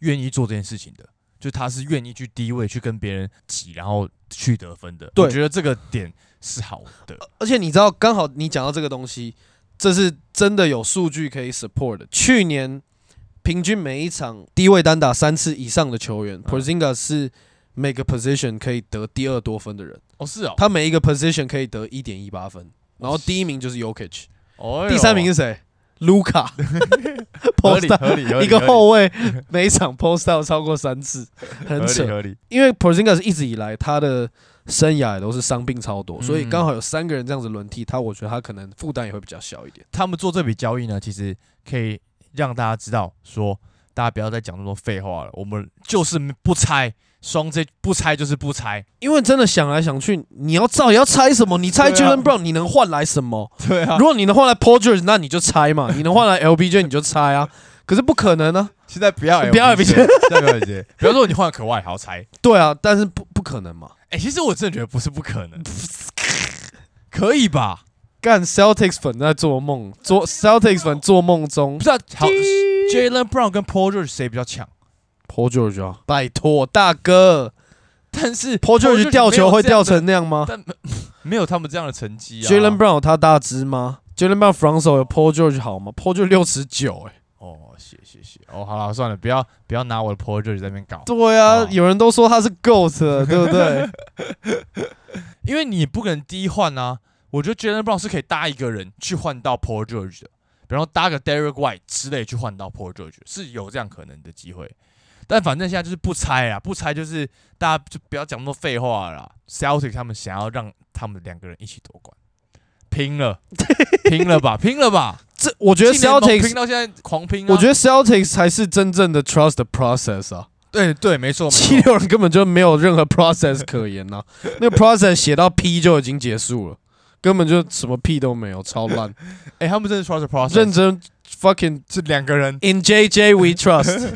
Speaker 1: 愿意做这件事情的，就他是愿意去低位去跟别人挤，然后去得分的。
Speaker 2: 对
Speaker 1: 我觉得这个点是好的。
Speaker 5: 呃
Speaker 2: 而且你知道，刚好你讲到这个东西，这是真的有数据可以 support 的。去年平均每一场低位单打三次以上的球
Speaker 5: 嗯
Speaker 2: 员、p o r z i n g a 是每个 position 可以得第二多分的人，
Speaker 1: 哦，是哦，
Speaker 2: 他每一个 position 可以得一点一八分，然后第一名就是 Yokich，、
Speaker 5: 哎
Speaker 1: 哦哟
Speaker 2: 第三名是谁？卢卡
Speaker 5: 合理
Speaker 2: post
Speaker 5: 合理合
Speaker 2: up
Speaker 5: 理，
Speaker 2: 一个后卫，每一场 post up 超过三次，
Speaker 5: 合
Speaker 2: 很
Speaker 5: 理
Speaker 2: 扯。
Speaker 5: 合理。
Speaker 2: 因为 Porzingis 一直以来他的生涯也都是伤病超多，
Speaker 1: 嗯
Speaker 2: 所以刚好有三个人这样子轮替，他我觉得他可能负担也会比较小一点。
Speaker 1: 他们做这笔交易呢，其实可以让大家知道说，大家不要再讲那么多废话了，我们就是不拆双 J，不拆就是不拆。
Speaker 2: 因为真的想来想去，你要造也要拆什么？你拆
Speaker 5: 对啊
Speaker 2: Jalen Brown，你能换来什么？
Speaker 5: 对啊
Speaker 2: 如，果你能换来 p o r g e r 那你就拆 嘛；你能换来 LBJ，你就拆啊。可是不可能啊，
Speaker 5: 现在不 要
Speaker 2: 不要
Speaker 5: LBJ，现 在不要 LBJ，
Speaker 1: 比方说你换可外还要 拆，
Speaker 2: 对啊，但是不不可能嘛。
Speaker 1: 哎、其实我真的觉得不是不可能，可以吧？
Speaker 2: 干 Celtics 粉在做梦，做 Celtics 粉做梦中
Speaker 1: 不是、啊，好，Jalen Brown 跟 Paul George 谁比较强？
Speaker 2: p o r g e r 啊，拜托大哥
Speaker 1: 但是
Speaker 2: p o r g e r 掉球会掉成
Speaker 1: 没
Speaker 2: 那样吗
Speaker 1: 有？这样的，但没没有他们这样的成绩啊。
Speaker 2: Jalen Brown 有他大只吗？Jalen Brown 防守有 Paul George 好吗？Paul George 六尺九，哎，
Speaker 1: 哦，谢谢谢，哦，好了，算了，不要不要拿我的 Paul George 在那边搞。
Speaker 2: 对啊，
Speaker 1: 哦
Speaker 2: 有人都说他是 GOAT，了 对不对？
Speaker 1: 因为你不可能第一换啊。我觉得 Jalen Brown 是可以搭一个人去换到 Paul George 的，然后搭个 Derek White 之类去换到 Paul George，是有这样可能的机会。
Speaker 3: 但反正现在就是不拆啊，不拆就是大家就不要讲那么多废话了啦。Celtic 他们想要让他们两个人一起夺冠，拼 了，拼了吧，拼了吧！
Speaker 2: 这我觉得
Speaker 3: 今年猛
Speaker 2: Celtics
Speaker 3: 拼到现在狂拼、啊，
Speaker 2: 我觉得 Celtics 才是真正的 trust the process 啊，
Speaker 3: 对对，没错，没错
Speaker 2: 七六人根本就没有任何 process 可言呐、 那个 process 写到 P 就已经结束了，根本就什么屁都没有，超 烂。
Speaker 3: 哎、他们真的 trust the process，
Speaker 2: 认真 fucking
Speaker 3: 是两个人。
Speaker 2: in JJ we trust，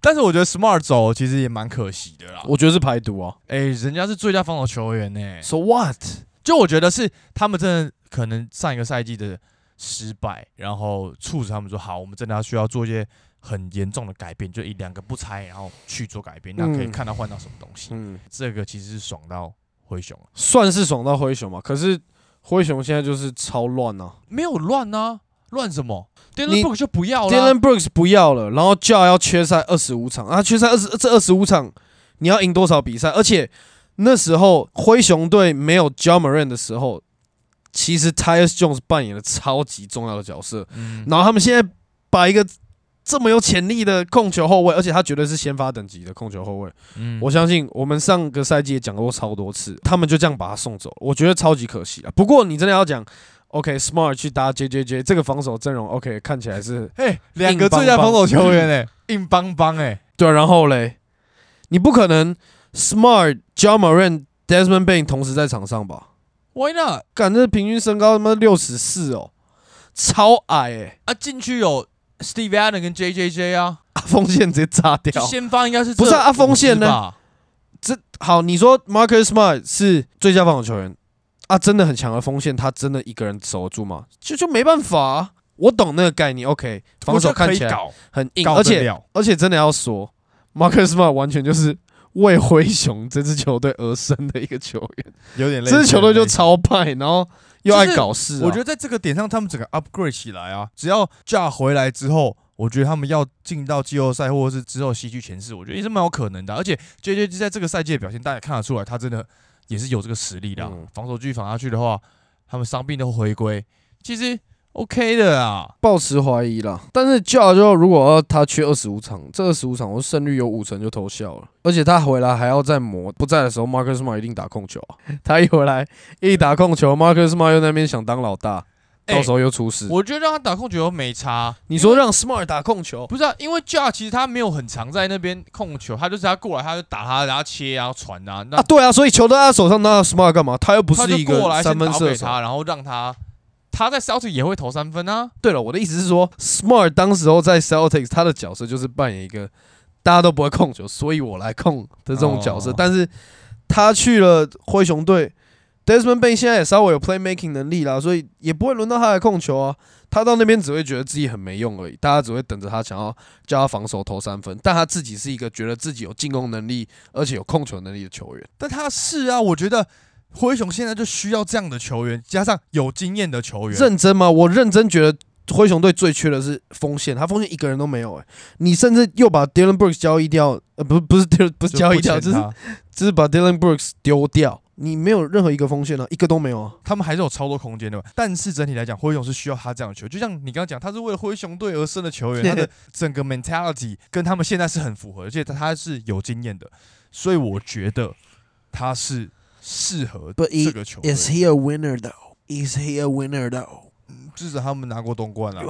Speaker 3: 但是我觉得 Smart 走其实也蛮可惜的啦。
Speaker 2: 我觉得是排毒啊。
Speaker 3: 哎、人家是最佳防守球员呢、
Speaker 2: So what？
Speaker 3: 就我觉得是他们真的可能上一个赛季的失败，然后促使他们说好，我们真的要需要做一些很严重的改变，就一两个不拆，然后去做改变，那可以
Speaker 2: 嗯
Speaker 3: 看到换到什么东西。
Speaker 2: 嗯，
Speaker 3: 这个其实是爽到灰熊了，
Speaker 2: 算是爽到灰熊嘛，可是灰熊现在就是超乱啊。
Speaker 3: 没有乱啊，乱什么 d y l a
Speaker 2: 你
Speaker 3: n Book 就不要了。
Speaker 2: Dylan Brooks 不要了，然后 Ja 要缺赛二十五场啊，缺赛二十这二十五场，你要赢多少比赛？而且那时候灰熊队没有 Ja Moran 的时候，其实 Tyus Jones 扮演了超级重要的角色。
Speaker 3: 嗯，
Speaker 2: 然后他们现在把一个这么有潜力的控球后卫，而且他绝对是先发等级的控球后卫，
Speaker 3: 嗯
Speaker 2: 我相信我们上个赛季也讲过超多次，他们就这样把他送走了，我觉得超级可惜啊。不过你真的要讲，OK Smart 去搭 J J J 这个防守阵容，OK 看起来是
Speaker 3: 哎，两个最佳防守球员哎、硬邦邦哎、
Speaker 2: 对啊、然后嘞，你不可能 Smart、John Moran、Desmond Bain 同时在场上吧？
Speaker 3: w h y not？
Speaker 2: 干这平均身高他妈六十四哦，超矮哎、
Speaker 3: 啊，禁区有 Steve Allen 跟 JJJ 啊，
Speaker 2: 啊锋线直接炸
Speaker 3: 就
Speaker 2: 掉。
Speaker 3: 先发应该是
Speaker 2: 不是啊啊锋线呢
Speaker 3: 呢？
Speaker 2: 这好，你说 Marcus Smart 是最佳防守球员啊，真的很强的锋线，他真的一个人守得住吗？就就没办法、啊。我懂那个概念，OK，防守看起来
Speaker 3: 搞
Speaker 2: 很硬，
Speaker 3: 搞
Speaker 2: 而
Speaker 3: 得
Speaker 2: 且
Speaker 3: 了
Speaker 2: 而且真的要说，Marcus Smart 完全就是为灰熊这支球队而生的一个球员。
Speaker 1: 有点类似
Speaker 2: 这支球队就
Speaker 1: 类似
Speaker 2: 超派，然后又爱搞事、啊
Speaker 3: 我觉得
Speaker 2: 得
Speaker 3: 在这个点上，他们整个 upgrade 起来啊，只要 Ja 回来之后，我觉得他们要进到季后赛或者是之后西区前四，我觉得也是蛮有可能的啊。而且 JJJ 在这个赛季的表现，大家也看得出来，他真的也是有这个实力的啊、
Speaker 2: 嗯
Speaker 3: 防守继续防下去的话，他们伤病都回归，其实 OK 的啊。
Speaker 2: 抱持怀疑啦。但是叫就如果要他缺二十五场，这二十五场我胜率有五成就偷笑了，而且他回来还要再磨，不在的时候 Marcus Smart 一定打控球啊。 他一回来一打控球，Marcus Smart 又在那边想当老大，
Speaker 3: 哎
Speaker 2: 到时候又出事。
Speaker 3: 我觉得让他打控球又没差，
Speaker 2: 你说让 Smart 打控球，
Speaker 3: 不是啊，因为 Ja 其实他没有很常在那边控球，他就是他过来他就打他，然后切啊传啊，那
Speaker 2: 啊，对啊，所以球都在他手上，那 Smart 干嘛？他又不
Speaker 3: 他
Speaker 2: 是
Speaker 3: 就
Speaker 2: 一
Speaker 3: 过来
Speaker 2: 个
Speaker 3: 先
Speaker 2: 三分
Speaker 3: 打
Speaker 2: 射
Speaker 3: 给
Speaker 2: 手。
Speaker 3: 他，然后让他他在 Celtic 也会投三分啊。
Speaker 2: 对了，我的意思是说，Smart 当时候在 Celtics 他的角色就是扮演一个大家都不会控球，所以我来控的这种角色。
Speaker 3: 哦
Speaker 2: 但是他去了灰熊队，Desmond Bain 现在也稍微有 playmaking 能力啦，所以也不会轮到他来控球啊。他到那边只会觉得自己很没用而已，大家只会等着他想要叫他防守投三分，但他自己是一个觉得自己有进攻能力，而且有控球能力的球员。
Speaker 1: 但他是啊，我觉得灰熊现在就需要这样的球员，加上有经验的球员。
Speaker 2: 认真吗？我认真觉得灰熊队最缺的是锋线，他锋线一个人都没有哎、你甚至又把 Dylan Brooks 交易掉，呃，不是不是 Dylan 不是
Speaker 3: 就
Speaker 2: 交易
Speaker 3: 不
Speaker 2: 掉，
Speaker 3: 签
Speaker 2: 就是
Speaker 3: 他
Speaker 2: 就是把 Dylan Brooks 丢掉，你没有任何一个锋线啊，一个都没有啊。
Speaker 1: 他们还是有超多空间的嘛。但是整体来讲，灰熊是需要他这样的球员，就像你刚刚讲，他是为了灰熊队而生的球 员，他的整个 mentality 跟他们现在是很符合，而且他是有经验的，所以我觉得他是适合
Speaker 2: But he-
Speaker 1: 这个球队。
Speaker 2: he a winner though? Is he a winner though?
Speaker 1: 至少他们拿过东冠啊，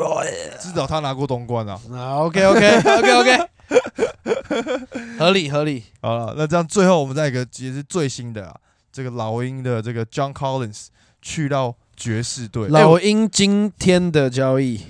Speaker 1: 至少他拿过东冠啊。
Speaker 2: OK OK OK OK，合理合理。
Speaker 1: 好了，那这样最后我们再一个也是最新的啊，这个老鹰的这个 John Collins 去到爵士队，哎我
Speaker 2: 老鹰今天的交易，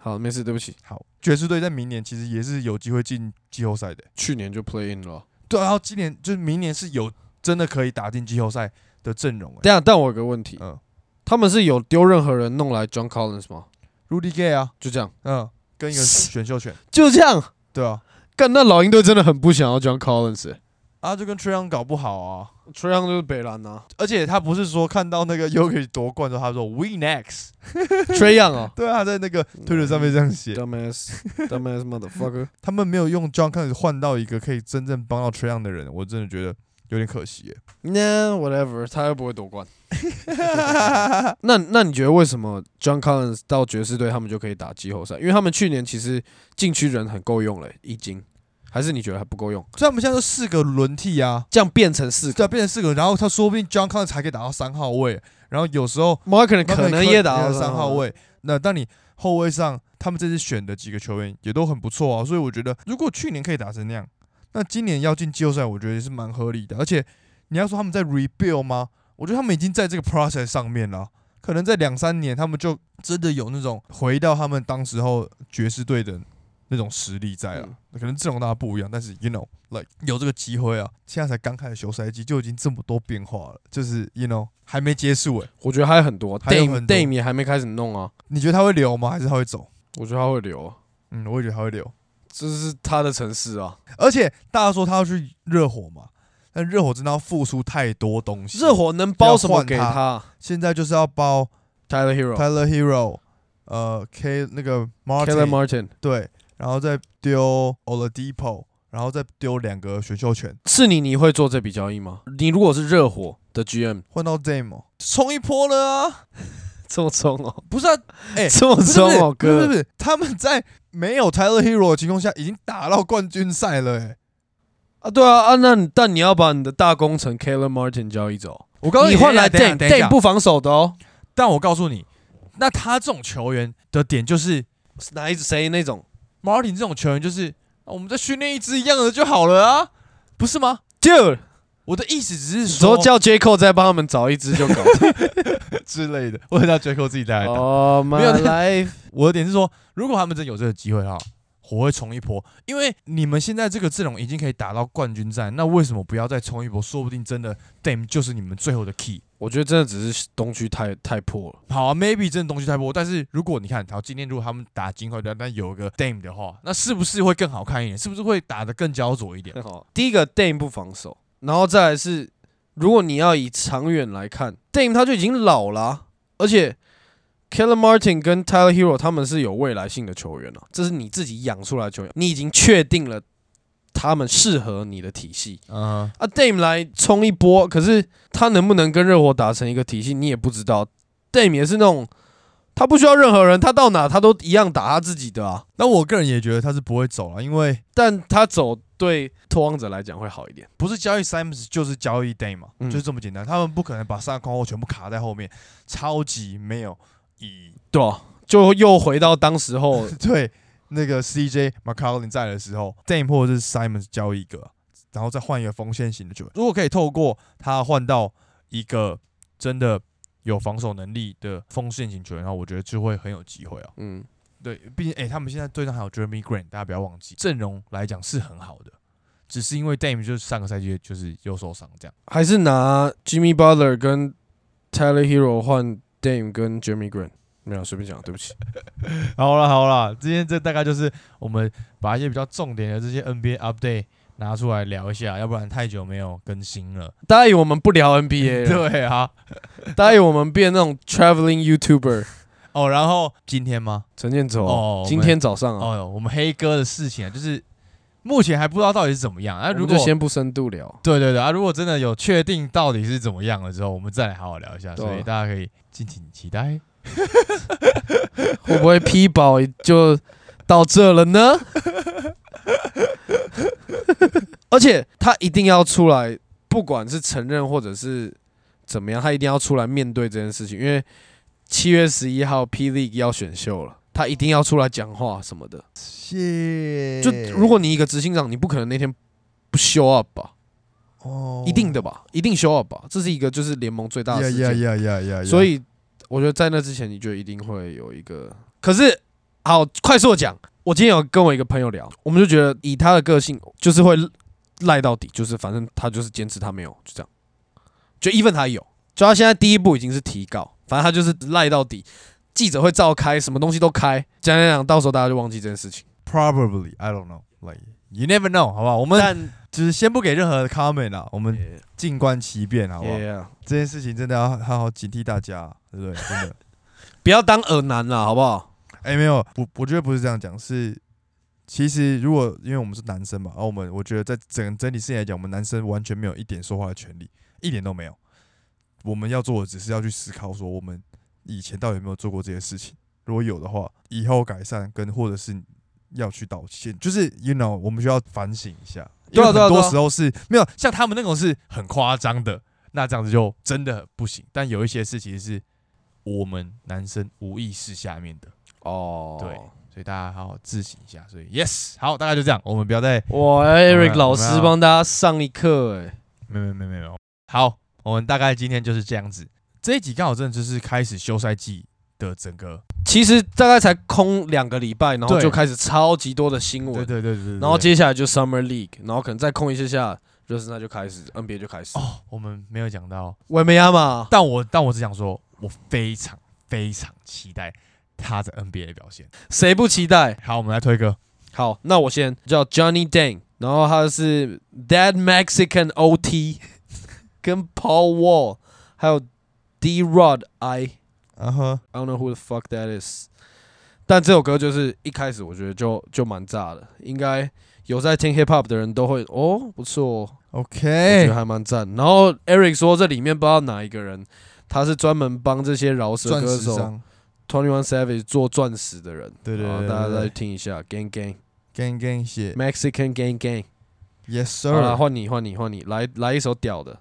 Speaker 2: 好，没事，对不起，
Speaker 1: 好，爵士队在明年其实也是有机会进季后赛的。
Speaker 2: 去年就 play in 了。
Speaker 1: 对啊，然后今年就是明年是有真的可以打进季后赛的阵容、欸。
Speaker 2: 这样，但我有个问题，
Speaker 1: 嗯
Speaker 2: 他们是有丢任何人弄来 John Collins 吗？
Speaker 1: ，Rudy Gay 啊，
Speaker 2: 就这样，
Speaker 1: 嗯，跟一个选秀权，
Speaker 2: 就这样。
Speaker 1: 对啊，
Speaker 2: 干，那老鹰队真的很不想要 John Collins、欸。
Speaker 1: 啊就跟 t r e y o n 搞不好啊，
Speaker 2: 吹阳就是北兰 呐、
Speaker 1: 而且他不是说看到那个 y o k i 夺冠之后，他说 We next，
Speaker 2: 啊，吹阳啊
Speaker 1: 对啊，他在那个推特上面这样写，
Speaker 2: ，dumbass dumbass motherfucker。
Speaker 1: 他们没有用 John Collins 换到一个可以真正帮到 t r e y o n 的人，我真的觉得有点可惜、欸。
Speaker 2: 那 whatever，他又不会夺冠。那那你觉得为什么 John Collins 到爵士队他们就可以打季后赛？因为他们去年其实禁区人很够用了、已经，还是你觉得还不够用？
Speaker 1: 所以我们现在就四个轮替啊，
Speaker 2: 这样变成四个
Speaker 1: 对啊，变成四个，然后他说不定 John Collins 还可以打到三号位，然后有时候
Speaker 2: m a r k 可能也打到
Speaker 1: 三号，位。那但你后卫上，他们这次选的几个球员也都很不错啊，所以我觉得如果去年可以打成那样，那今年要进季后赛，我觉得也是蛮合理的。而且你要说他们在 rebuild 吗？我觉得他们已经在这个 process 上面了，可能在两三年，他们就真的有那种回到他们当时候爵士队的那种实力在了。可能阵容大家不一样，但是 you know like 有这个机会啊，现在才刚开始休赛季就已经这么多变化了，就是 you know 还没结束欸诶、
Speaker 2: 我觉得还有很多。
Speaker 1: 还有
Speaker 2: Dame
Speaker 1: 很多
Speaker 2: Dame 也还没开始弄啊，
Speaker 1: 你觉得他会留吗？还是他会走？
Speaker 2: 我觉得他会留啊，
Speaker 1: 嗯，我也觉得他会留。
Speaker 2: 这是他的城市啊。
Speaker 1: 而且大家说他要去热火嘛，但热火真的要付出太多东西。
Speaker 2: 热火能包什么给
Speaker 1: 要换
Speaker 2: 他
Speaker 1: 现在就是要包
Speaker 2: ？Tyler Hero、
Speaker 1: Tyler Hero，呃，K 那个
Speaker 2: k a l e
Speaker 1: Martin
Speaker 2: Martin
Speaker 1: 对，然后再丢 Oladipo，然后再丢两个选秀权，
Speaker 2: 是你，你会做这笔交易吗？你如果是热火的 GM，
Speaker 1: 换到 Dame，冲一哦波了啊！
Speaker 2: 这么冲哦，
Speaker 1: 不是啊，哎、
Speaker 2: 这么
Speaker 1: 不是
Speaker 2: 冲
Speaker 1: 不是
Speaker 2: 哦，
Speaker 1: 不是不
Speaker 2: 哥，
Speaker 1: 是，他们在没有 Tyler Hero 的情况下，已经打到冠军赛了、哎，
Speaker 2: 啊，对啊啊，那你但你要把你的大工程 k a l e Martin 交易走，
Speaker 3: 我告诉
Speaker 2: 你换来
Speaker 3: 等一下
Speaker 2: Dame
Speaker 3: 等一下等一
Speaker 2: Dame
Speaker 3: 下
Speaker 2: 不防守的哦，
Speaker 3: 但我告诉你，那他这种球员的点就是
Speaker 2: 是哪一谁那种？
Speaker 3: Martin 这种球员就是、啊我们再训练一支一样的就好了啊，不是吗？
Speaker 2: Dude，
Speaker 3: 我的意思只是
Speaker 2: 之后
Speaker 3: 说，
Speaker 2: 叫 J Cole 再帮他们找一支就够。
Speaker 1: 之类的，我很让 j a c o 自己带来打。
Speaker 2: 哦， 没
Speaker 3: 没有
Speaker 2: 有
Speaker 3: 那
Speaker 2: life，
Speaker 3: 我的点是说，如果他们真有这个机会的话，我会冲一波，因为你们现在这个阵容已经可以打到冠军战，那为什么不要再冲一波？说不定真的 Dame 就是你们最后的 key。
Speaker 2: 我觉得真的只是东区太太破了。
Speaker 3: 好啊，maybe 真的东西太多，但是如果你看，好，今天如果他们打金块队，但有一个 Dame 的话，那是不是会更好看一点？是不是会打得更焦灼一点？
Speaker 2: 很好。第一个 Dame 不防守，然后再来是，如果你要以长远来看，Dame 他就已经老了啊、而且 k e l l e Martin 跟 Tyler Hero 他们是有未来性的球员了、啊这是你自己养出来的球员，你已经确定了他们适合你的体系
Speaker 3: 嗯，
Speaker 2: 啊。Dame 来冲一波，可是他能不能跟热火打成一个体系，你也不知道。Dame 也是那种。他不需要任何人，他到哪他都一样打他自己的啊。
Speaker 1: 那我个人也觉得他是不会走了，因为
Speaker 2: 但他走对拓荒者来讲会好一点。
Speaker 1: 不是交易 Simons 就是交易 Day 嘛，
Speaker 2: 嗯
Speaker 1: 就是这么简单。他们不可能把三个框后全部卡在后面，超级没有意义。
Speaker 2: 对、啊，就又回到当时 候
Speaker 1: 对，那个 CJ McCollum 在的时候，Dame 或者是 Simons 交易一个，然后再换一个锋线型的球员。如果可以透过他换到一个真的有防守能力的锋线型球员，然后我觉得就会很有机会啊。
Speaker 2: 嗯，
Speaker 1: 对，
Speaker 3: 毕竟，哎、他们现在队上还有 Jeremy Grant，大家不要忘记，阵容来讲是很好的，只是因为 Dame 就是上个赛季就是又受伤这样。
Speaker 2: 还是拿 Jimmy Butler 跟 Tyler Hero 换 Dame 跟 Jeremy Grant。没有随便讲，对不起。
Speaker 3: 好了好了，今天这大概就是我们把一些比较重点的这些 NBA update 拿出来聊一下，要不然太久没有更新了。
Speaker 2: 大家以为我们不 聊 NBA，了
Speaker 3: 对啊，
Speaker 2: 大家以为我们变那种 traveling YouTuber。
Speaker 3: 哦，然后今天吗？
Speaker 2: 陈建州，
Speaker 3: 哦
Speaker 2: 今天早上啊，
Speaker 3: 哦，我们黑哥的事情啊，就是目前还不知道到底是怎么样。啊，
Speaker 2: 我们
Speaker 3: 如
Speaker 2: 就
Speaker 3: 果
Speaker 2: 先不深度聊。
Speaker 3: 对对对啊，如果真的有确定到底是怎么样了之后，我们再来好好聊一下，
Speaker 2: 对啊
Speaker 3: 所以大家可以敬请期待。
Speaker 2: 会不会 P 宝就到这了呢？ 而且他一定要出来，不管是承认或者是怎么样，他一定要出来面对这件事情，因为七月十一号 P League 要选秀了，他一定要出来讲话什么的。
Speaker 1: 谢
Speaker 2: 就如果你一个执行长，你不可能那天不 show up 吧？
Speaker 1: 哦
Speaker 2: 一定的吧？一定 show up 吧？这是一个就是联盟最大
Speaker 1: 呀
Speaker 2: 的事
Speaker 1: 呀
Speaker 2: 件。
Speaker 1: 呀呀呀！
Speaker 2: 所以我觉得在那之前，你就一定会有一个。可是，好，快速地讲，我今天有跟我一个朋友聊，我们就觉得以他的个性，就是会赖到底，就是反正他就是坚持他没有，就这样。就 even 他有，就他现在第一步已经是提告，反正他就是赖到底。记者会照开，什么东西都开，讲讲讲，到时候大家就忘记这件事情。
Speaker 1: probably I don't know like you never know，好不好？我们
Speaker 2: 但
Speaker 1: 就是先不给任何的 comment 啊啦，我们静观其变，好不啊好？
Speaker 2: Yeah，
Speaker 1: 这件事情真的要好好警惕大家，啊对不对？真的，
Speaker 2: 不要当耳男啊了，好不好？
Speaker 1: 哎、没有，我我觉得不是这样讲，是其实如果因为我们是男生嘛，啊而我们我觉得在整整体事情来讲，我们男生完全没有一点说话的权利，一点都没有。
Speaker 6: 我们要做的只是要去思考说，我们以前到底有没有做过这些事情？如果有的话，以后改善跟或者是要去道歉，就是 you know 我们需要反省一下。因
Speaker 2: 对
Speaker 6: 为
Speaker 2: 啊
Speaker 6: 很
Speaker 2: 对啊对
Speaker 6: 多
Speaker 2: 啊
Speaker 6: 时候是
Speaker 1: 没有像他们那种是很夸张的，那这样子就真的不行。但有一些事情是我们男生无意识下面的，
Speaker 2: 哦
Speaker 1: 对，所以大家好好自省一下。所以 yes，好，大概就这样，我们不要再
Speaker 2: 哇
Speaker 1: 们
Speaker 2: ，Eric 老
Speaker 1: 我
Speaker 2: 师
Speaker 1: 们要
Speaker 2: 帮大家上一课，哎，
Speaker 1: 没有没有没有没有。好，我们大概今天就是这样子。这一集刚好真的就是开始休赛季的整个，
Speaker 2: 其实大概才空两个礼拜，然后
Speaker 1: 对
Speaker 2: 就开始超级多的新闻，
Speaker 1: 对对对
Speaker 2: 然后接下来就 Summer League，然后可能再空一下下，就是那就开始 NBA 就开始。
Speaker 1: 哦，我们没有讲到，
Speaker 2: 维梅亚嘛，
Speaker 1: 但我但我只想说，我非常非常期待他在 NBA 的表现。
Speaker 2: 谁不期待？
Speaker 1: 好，我们来推歌。
Speaker 2: 好，那我先叫 Johnny Dang，然后他是 That Mexican OT，跟 Paul Wall，还有 D Rod I。
Speaker 6: 啊哈，
Speaker 2: I don't know who the fuck that is。但这首歌就是一开始我觉得就就蛮炸的，应该有在听 hip hop 的人都会哦，不错哦，我觉得
Speaker 6: OK，
Speaker 2: 还蛮赞。然后 Eric 说这里面不知道哪一个人，他是专门帮这些饶舌
Speaker 6: 钻
Speaker 2: 歌
Speaker 6: 石
Speaker 2: 手
Speaker 6: 上
Speaker 2: Twenty One Savage 做钻石的人，
Speaker 6: 对对
Speaker 2: 然后
Speaker 6: 对
Speaker 2: 大家
Speaker 6: 对
Speaker 2: 再
Speaker 6: 对
Speaker 2: 听一下 Gang Gang
Speaker 6: ，gang gang 写
Speaker 2: Mexican Gang Gang。
Speaker 6: yes
Speaker 2: 好啦，
Speaker 6: sir。
Speaker 2: 换你换你换你，来来一首屌的，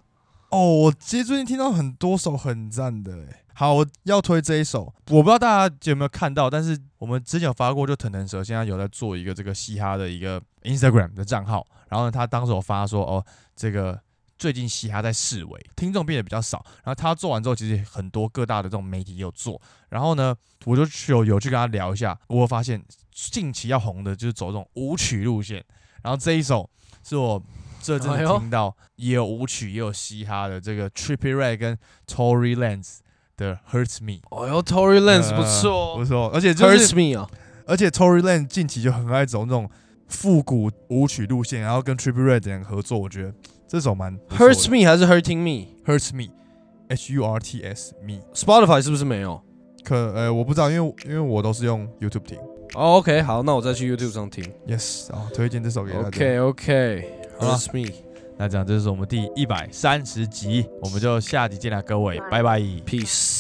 Speaker 6: 哦，我其实最近听到很多首很赞的、欸，好，我要推这一首，
Speaker 1: 我不知道大家有没有看到，但是我们之前有发过，就腾腾蛇现在有在做一个这个嘻哈的一个 Instagram 的账号，然后呢，他当时有发说，哦，这个最近嘻哈在示威，听众变得比较少，然后他做完之后，其实很多各大的这种媒体也有做，然后呢，我就去有有去跟他聊一下，我有发现近期要红的就是走这种舞曲路线，然后这一首是我。这阵
Speaker 2: 哎
Speaker 1: 子
Speaker 2: 呦
Speaker 1: 听到也有舞曲，也有嘻哈的，这个 Trippy Red 跟 Tory Lanez 的 Hurts Me，
Speaker 2: 哦哟，Tory Lanez
Speaker 6: 呃
Speaker 2: 不错哦
Speaker 6: 不错，而且就是
Speaker 2: ，Hurts Me 啊，
Speaker 6: 而且 Tory Lane 近期就很爱走那种复古舞曲路线，然后跟 Trippie Redd 两个合作，我觉得这首蛮
Speaker 2: Hurts Me 还是 Hurting Me？Spotify
Speaker 6: Hurts Me H U R T S Me
Speaker 2: 是不是没有？
Speaker 6: 可呃我不知道，因为因为我都是用 YouTube 听。
Speaker 2: 哦、o k 好，那我再去 YouTube 上听。
Speaker 6: Yes，啊、推荐这首给大家。
Speaker 2: OK OK，
Speaker 1: 好啦
Speaker 2: It's me
Speaker 1: 那这样，这是我们第一百三十集，我们就下集见啦，各位，拜拜。
Speaker 2: peace。